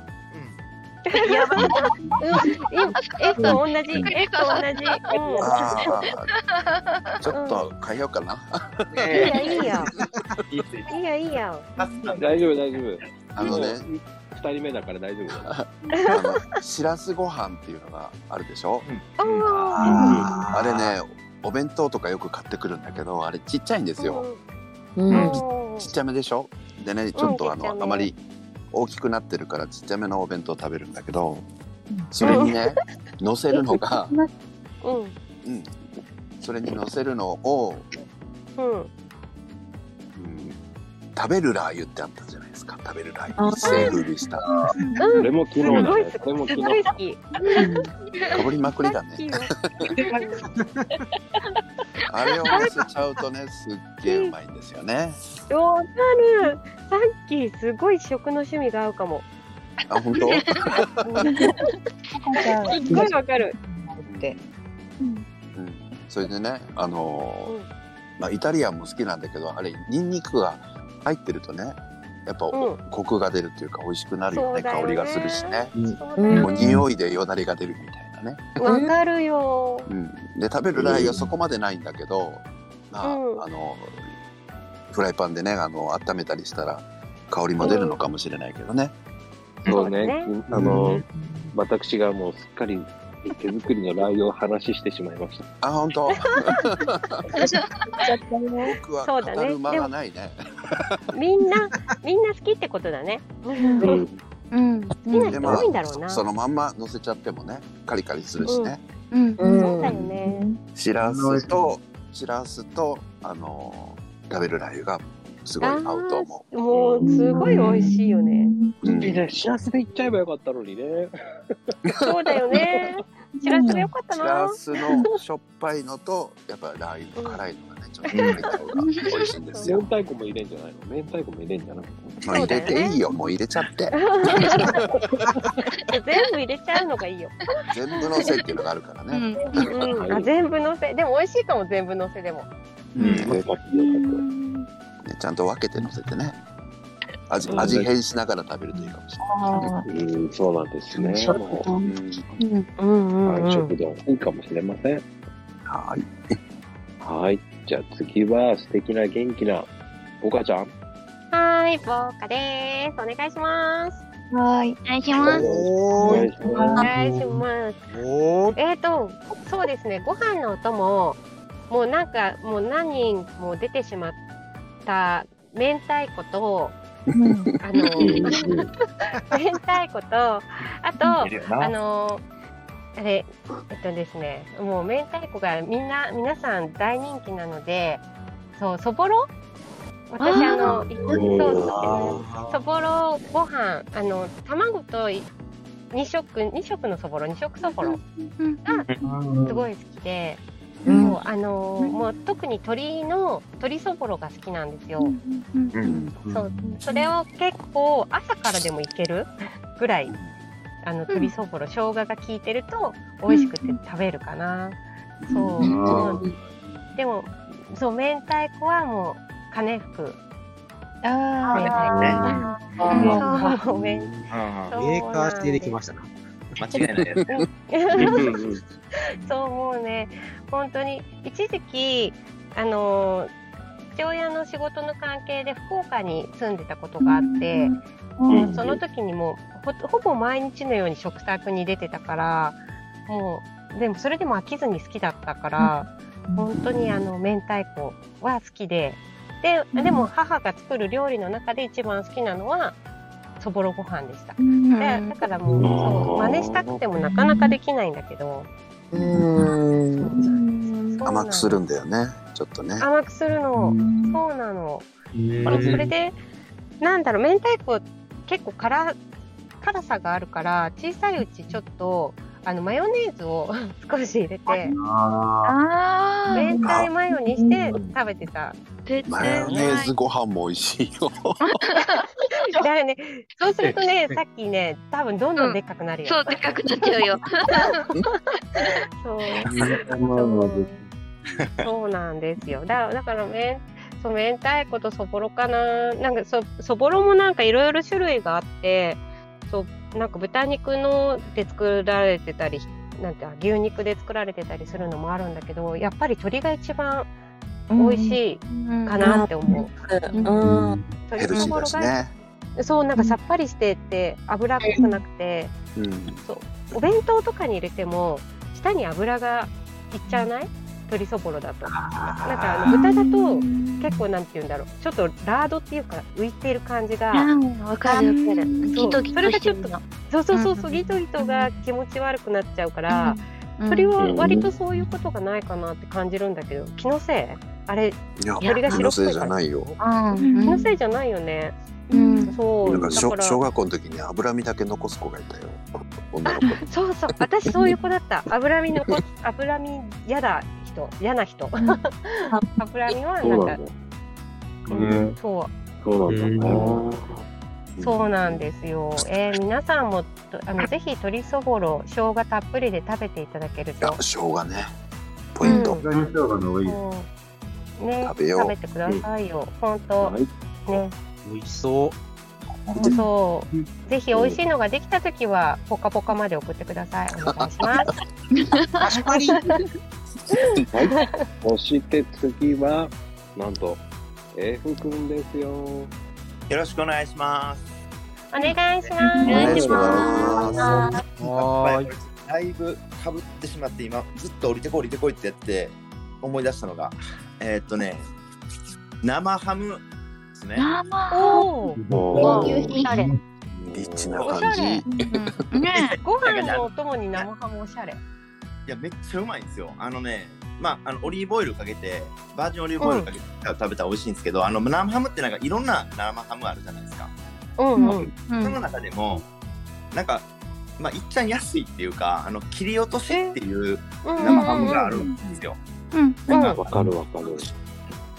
やばい、うん、ええと同じえと同じ、うん、
あーちょっと変えようかな。
いいや いいやいいやいいや
大丈夫、大丈夫。
あのね
もう、二人目だから大丈夫。
しらすご飯っていうのがあるでしょ。
あ
あれね、お弁当とかよく買ってくるんだけど、あれちっちゃいんですよ。
うん
ちっちゃめでしょでねちょっとあの、あまり大きくなってるからちっちゃめのお弁当食べるんだけどそれにね乗せるのが、
うん
うん、それに乗せるのを
うん
食べるラー油ってあったじゃないですか食べるラー
あ
油
ー
セーブ売りした
うん
俺も昨日だね
す
俺
ご
も
いす
昨
ごい
日
好き
かぶりまくりだね
いいよ
あれを乗せちゃうとねすっげえうまいんですよね
わかるさっきすごい食の趣味が合うかも
あ本当
すっごいわかる
って、
うん、それでねあのーまあ、イタリアンも好きなんだけどあれニンニクが入ってるとねやっぱ、
うん
コクが出るっていうか美味しくなるよね
そうだよ
香り
ね
がするしね、
だよね
もう匂いでよだれが出るみたいなね、
わかるよ
うん、で食べるラー油はそこまでないんだけど、まあ、
うん
あのフライパンでねあの温めたりしたら香りも出るのかもしれないけどね、
そうね、あの、私がもうすっかり手作りのラー油を話してしまいました。
あ、本 当。
僕
は
そうだ
語
ね
る間
で
が
も
ないね
みんなみんな好きってことだねうんうん好きな
で
人
まあ
多いんだろうな
そそのまんま乗せちゃってもねカリカリするしね、
うんそうだよね
しらすと、しらすと、あのー食べるラー油がすごい合うと思う。
もうすごい美味しいよね
うん
しらすで行っちゃえばよかったのにね。
そうだよ ねしらすがよかった
しら
な
すのしょっぱいのと、やっぱラー油の辛いのがね、ちょっと入った方が美味しいんです
明
よ。
太子も入れんじゃないの明太子も入れんじゃなくて。
まあ入れていいよ、もう入れちゃって。
全部入れちゃうのがいいよ
全部のせっていうのがあるからね。
うん、あ全部のせでも美味しいかも全部のせでも
ねねちゃんと分けてのせてね。味
うん
味変しながら食べるといいかもし
あ
うん、そうなんですね。
食
も
堂
ううん
うんうん
はい、食堂いいかもしれません。
はい。
はい、じゃあ次は素敵な元気なボカちゃ
は
ん。
ーいぼーかでーすお願いします
はい。お願いします。
お
願いし
お願いします
お
えっ、ー、とそうですねご飯のお供もうなんかもう何人も出てしまった明太子とあの明太子とあと
いるよな
あのあれえっとですねもう明太子がみんな皆さん大人気なのでそうそぼろ私あのいそうそぼろご飯あの卵とい二色二色のそぼろ二色そぼろがすごい好きで、そうあのーもう特に鶏の鶏そぼろが好きなんですよ。そうそれを結構朝からでもいける ぐらいあの鶏そぼろ、生姜が効いてると美味しくて食べるかな、そう、
うん
もうでもそう明太子はもう金服ああそう明太
あーメーカーして出てきましたな。間
違いないやつ そうもうね本当に一時期あの父親の仕事の関係で福岡に住んでたことがあって、
うん
もうその時にもうほほぼ毎日のように食卓に出てたからもうでもそれでも飽きずに好きだったから、本当にあの明太子は好きでででも母が作る料理の中で一番好きなのはそぼろご飯でした。
うん
でだからもうそう真似したくてもなかなかできないんだけど。
甘くするんだよねちょっとね
甘くするの、そうなの、
うん
あのそれでなんだろう明太子結構辛辛さがあるから小さいうちちょっとあのマヨネーズを 少し入れて
あー
明太マヨにして食べてた
マヨネーズご飯も美味しいよ
だからねそうするとねさっきね多分どんどんでっかくなるよ、
そう、でかくなっちゃうよ。
そう
う
そうなんですよ。だだからめんそう明太子とそぼろかな。なんかそそぼろもなんかいろいろ種類があって、そうなんか豚肉ので作られてたり、なんて牛肉で作られてたりするのもあるんだけど、やっぱり鶏が一番美味しいかなって思う。
うん
うん
ヘルシーだしね
そうなんかさっぱりしてて脂っこくなくて、
うん
そうお弁当とかに入れても舌に油がいっちゃわない鶏そぼろだとなんかあの豚だと結構なんて言うんだろうちょっとラードっていうか浮いてる感じが
うんわかるわかる
そう
ギトギト
それが
して
ちょ
るの
っとそうそうそうそうギトギトが気持ち悪くなっちゃうから、
うん
それは割とそういうことがないかなって感じるんだけど気のせいあれ
いや
鳥が
気
白
の
っぽ
せい
い
じ
か
ゃ
ら
ないよ
気のせいじゃないよね。そう
なんかし
だ
ょ
から
小学校の時に脂身だけ残す子がいたよ
そうそう、私そういう子だった。脂身残す、脂身嫌だ人、嫌な人。 脂身は
そう
な
な
ん
んだ
か、。
ね
そ
そうなんだ。
う、そうなんですよ。えー皆さんも、とあの、ぜひ鶏そぼろ、生姜たっぷりで食べていただけると。
生姜ねポイント、
そうね、
食べよう
てくださいよ。本当、
は
ね
い、
美味しそう。
本当、ぜひ美味しいのができたときは、ぽかぽかまで送ってください。お願いします。
はい。そして次は、なんと、英夫くんですよ。
よろしくお願いします。
お願いします。
お願いし。
ます
はい。だいぶかぶってしまって今ずっと降りてこい降りてこいってやって思い出したのがえーっとね生ハムですね。
おー
おー
おしゃれ。
リッチな
お
感
しゃ
じ
れ。
ね
ご飯のお供に生ハムおしゃれ。
いやめっちゃうまいんですよ。あのねまああのオリーブオイルかけてバージンオリーブオイルかけて食べたら美味しいんですけど、あの生ハムってなんかいろんな生ハムあるじゃないですか。
うんうん。
その中でもなんかまあいっちゃん安いっていうかあの切り落としっていう
うん
生ハムがあるんですよ。
うん
なんか
わかるわかる。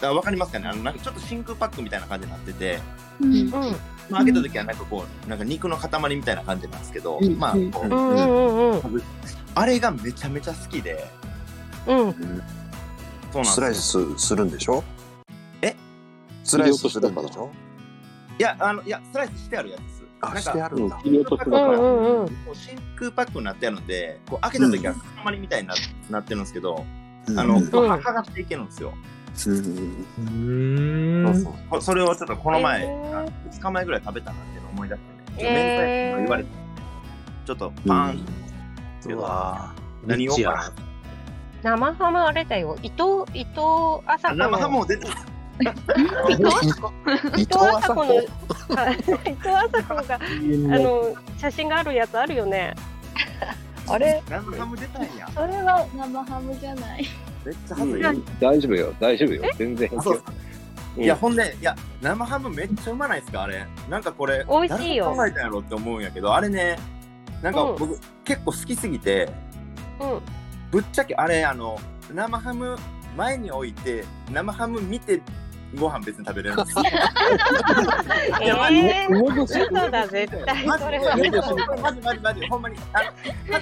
あわかりますかねあのなんかちょっと真空パックみたいな感じになってて、
うん。
まあ、開けた時はなんかこうなんか肉の塊みたいな感じなんですけど、
うん
まあ、
うん
こ
うんうんうん。
あれがめちゃめちゃ好きでそう
うん。
なんです
スライスするんでしょ
え
スライスするんでしょ
いやあのいやスライスしてあるやつなんか
してあるんだ
真空パックだから
うんうんうん
こう真空パックになってあるんでこう開けた時は塊みたいにな,、なってるんですけど、あの、
うん
こう剥がしていけるんですよ。そうそうこそれをちょっとこの前、
え
2日前ぐらい食べたなっていうの思い出してね、ちょっと明
えー
太子言われて、ちょっとパーンって、うわ何をかな
生ハムあれだよ。伊藤伊藤朝
あ
子の。
生ハムを出て
伊藤朝子。伊藤朝子の。はい伊藤朝子があの写真があるやつあるよね。あれ。
生ハム出たんや。
それは生ハムじゃない。
めっちゃ恥ずい。
大丈夫よ、大丈夫よ。全然平気よ。
いや、ほんで、いや、生ハムめっちゃうまないですか、あれ。なんかこれ、
美味しいよ
誰が考えたんやろって思うんやけど、あれね、なんか僕、結構好きすぎて、
うん。
ぶっちゃけあれあの生ハム前に置いて生ハム見てご飯別に食べれるんですよ。
えー、
梅干し
嘘だ、絶対。それは
マジで
嘘
マジマジマジほんまにあの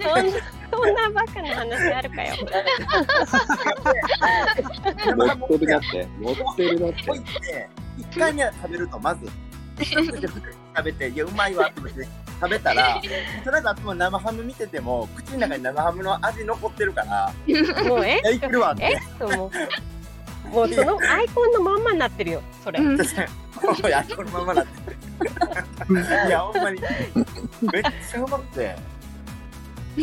そんそんなバカな話あるかよ。
持ってるだって、持ってるだって。
置いて一回目は食べるとまず一口で食べていやうまいわって思って食べたらとりあえずあとも生ハム見てても口の中に生ハムの味残ってるから
もうえ
いやいけるわって
えともうもうそのアイコンのまんまになってるよそれ、
うんいやこのままだ っていやほんまにめっちゃうまくて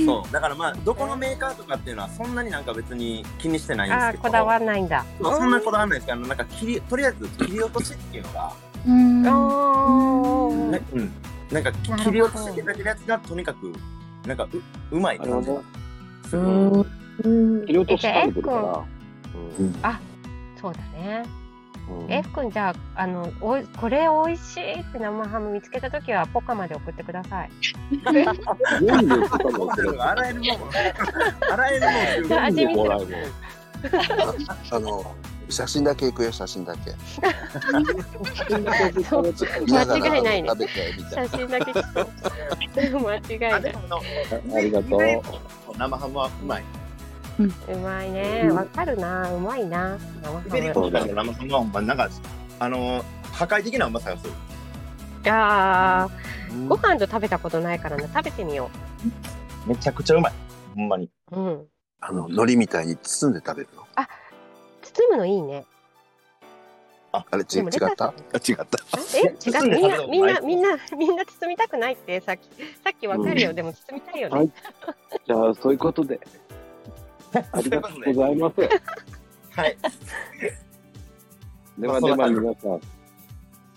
そうだからまあどこのメーカーとかっていうのはそんなになんか別に気にしてないんです
あ
け
ー
ど
こだわらないんだ
そうそんなこだわらないですけどあのなんか切りとりあえず切り落としっていうのが
うんあー
な,、うん、なんかき切り落としてだけのやつがとにかくなんかううまい感じすごい
切り落とし
え
タ
じゃあ
イプだか
あそうだね
ら。うん
F 君じゃああのおいこれおいしいって生ハム見つけた時はポカまで送ってく ださい
持
全部とかも
ってるのがあらゆるもんあらゆる
じゃあ味見する
もうあの写真だけ行くよ写真だ け。
そう間違いないね
食べてみたいな
写真だけ聞く間違いない
ありがとう。
生ハムはうまいう
まいねわかるなうまいな生
イベリ
ハ
コ
ム
とかの生ハムはほんまなんかあの破壊的なうまさがする
あーご飯と食べたことないからな食べてみよ
めちゃくちゃうまいほんまに
ううん
あの海苔みたいに包んで食べるの。
包むのいいね
あれち
で
違
も
っ
レ
た？
タ
あ
ス
違った。
え違うみんなみんなみんなみんな包みたくないってさっきさっきわかるよ、
うん
でも包みたいよね、
はい。じゃあ、そういうことで。ありがとうございます。
はい。
ではでは皆さん、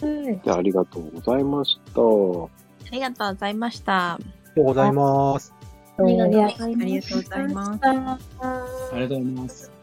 うん
じゃあありがとうございました。あ
ありがとうございました。
りがとうございます。
ありが
ありがとうございます。
あ
りがとうございます。